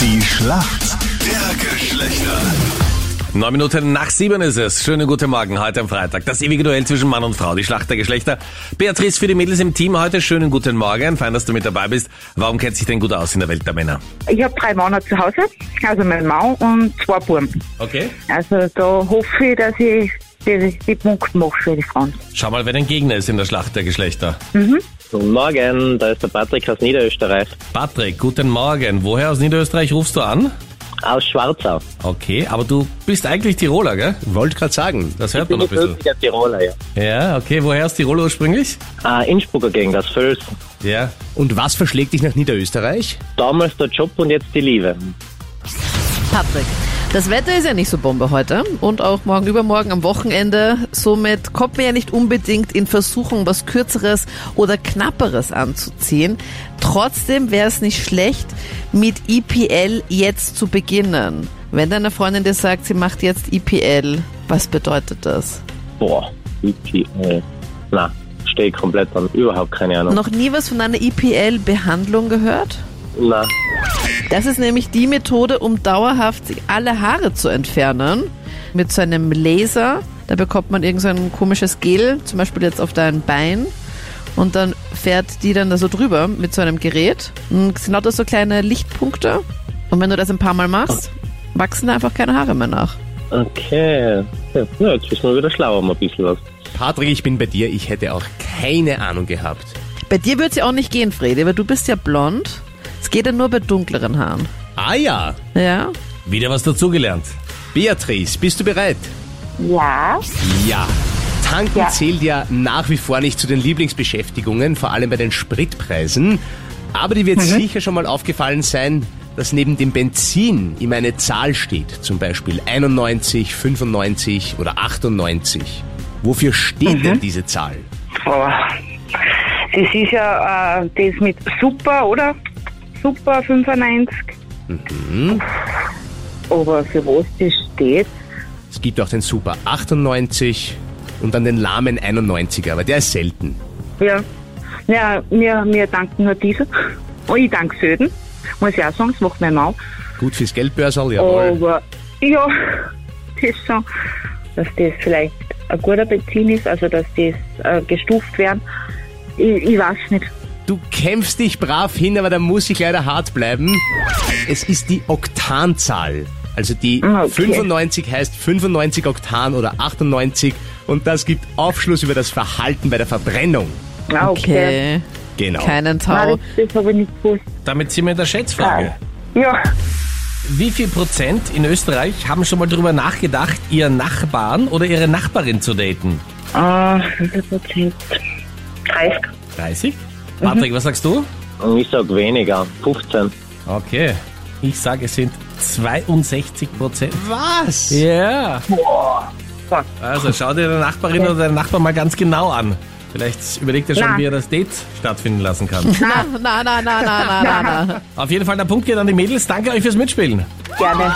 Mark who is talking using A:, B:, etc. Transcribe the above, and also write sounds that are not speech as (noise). A: Die Schlacht der Geschlechter.
B: Neun Minuten nach sieben ist es. Schönen guten Morgen heute am Freitag. Das ewige Duell zwischen Mann und Frau, die Schlacht der Geschlechter. Beatrice für die Mädels im Team heute. Schönen guten Morgen. Fein, dass du mit dabei bist. Warum kennt sich denn gut aus in der Welt der Männer?
C: Ich habe drei Männer zu Hause, also mein Mann und zwei Buben.
B: Okay.
C: Also da hoffe ich, dass ich die, die Punkte mache für die Frauen.
B: Schau mal, wer dein Gegner ist in der Schlacht der Geschlechter.
D: Guten Morgen, da ist der Patrick aus Niederösterreich,
B: Patrick, guten Morgen. Woher aus Niederösterreich rufst du an?
D: aus Schwarzau.
B: Okay, aber du bist eigentlich Tiroler, gell?
E: Wollte gerade sagen.
B: Das hört man ein bisschen.
D: gebürtiger Tiroler, ja.
B: Ja, okay. Woher ist Tirol ursprünglich?
D: Ah, Innsbrucker Gegend, aus Völs.
B: Ja.
E: Und was verschlägt dich nach Niederösterreich?
D: Damals der Job und jetzt die Liebe.
F: Patrick. Das Wetter ist ja nicht so Bombe heute und auch morgen übermorgen am Wochenende. Somit kommt man ja nicht unbedingt in Versuchung, was Kürzeres oder Knapperes anzuziehen. Trotzdem wäre es nicht schlecht, mit IPL jetzt zu beginnen. Wenn deine Freundin dir sagt, sie macht jetzt IPL, was bedeutet das?
D: Boah, EPL. Na, stehe ich komplett an, überhaupt keine Ahnung.
F: Noch nie was von einer IPL-Behandlung gehört?
D: Na,
F: Das ist nämlich die Methode, um dauerhaft sich alle Haare zu entfernen. Mit so einem Laser. Da bekommt man irgend so ein komisches Gel, zum Beispiel jetzt auf dein Bein. Und dann fährt die dann da so drüber mit so einem Gerät. Und es sind lauter so kleine Lichtpunkte. Und wenn du das ein paar Mal machst, wachsen da einfach keine Haare mehr nach.
D: okay. Ja, na, jetzt wissen wir wieder schlauer mal ein bisschen was.
E: Patrick, ich bin bei dir. Ich hätte auch keine Ahnung gehabt.
F: Bei dir wird's ja auch nicht gehen, Fredi, weil du bist ja blond. Es geht ja nur bei dunkleren Haaren.
E: Ah ja,
F: Ja?
B: Wieder was dazugelernt.
E: Beatrice, bist du bereit?
C: Ja,
E: Ja. Tanken
C: Ja.
E: zählt ja nach wie vor nicht zu den Lieblingsbeschäftigungen, vor allem bei den Spritpreisen. Aber dir wird sicher schon mal aufgefallen sein, dass neben dem Benzin immer eine Zahl steht. Zum Beispiel 91, 95 oder 98. Wofür steht denn diese Zahl?
C: aber Oh. das ist ja äh, das mit Super, oder? Super 95. Aber für was das steht,
E: Es gibt auch den Super 98 und dann den lahmen 91er, aber der ist selten.
C: ja. Ja, wir, wir danken nur dieser. Und ich danke Söden, muss ich auch sagen, das macht mein Mann.
E: Gut fürs Geldbörserl, jawohl.
C: Aber äh, ja, das schon, dass das vielleicht ein guter Benzin ist, also dass das äh, gestuft werden. Ich, ich weiß nicht.
E: Du kämpfst dich brav hin, aber da muss ich leider hart bleiben. Es ist die Oktanzahl. Also die
C: Ah, okay.
E: 95 heißt 95 Oktan oder 98 und das gibt Aufschluss über das Verhalten bei der Verbrennung.
C: Ah,
F: Okay.
E: Genau.
C: Nein,
F: Keinen
C: das,
F: Tau.
C: das habe ich nicht gewusst.
B: Damit sind wir in der Schätzfrage.
C: Ja,
B: Wie viel Prozent in Österreich haben schon mal darüber nachgedacht, ihren Nachbarn oder ihre Nachbarin zu daten?
C: äh, 100%. 30.
B: 30? Patrick, was sagst du?
D: Und ich sag weniger, 15.
B: Okay. Ich sage, es sind 62 Prozent.
E: Was?
B: Ja. Also schau dir deine Nachbarin oder deinen Nachbarn mal ganz genau an. Vielleicht überlegt er schon,
C: Na.
B: wie er das Date stattfinden lassen kann.
F: (laughs) Na, na, na, na, na, na, na.
B: Auf jeden Fall, der Punkt geht an die Mädels. Danke euch fürs Mitspielen.
C: Gerne.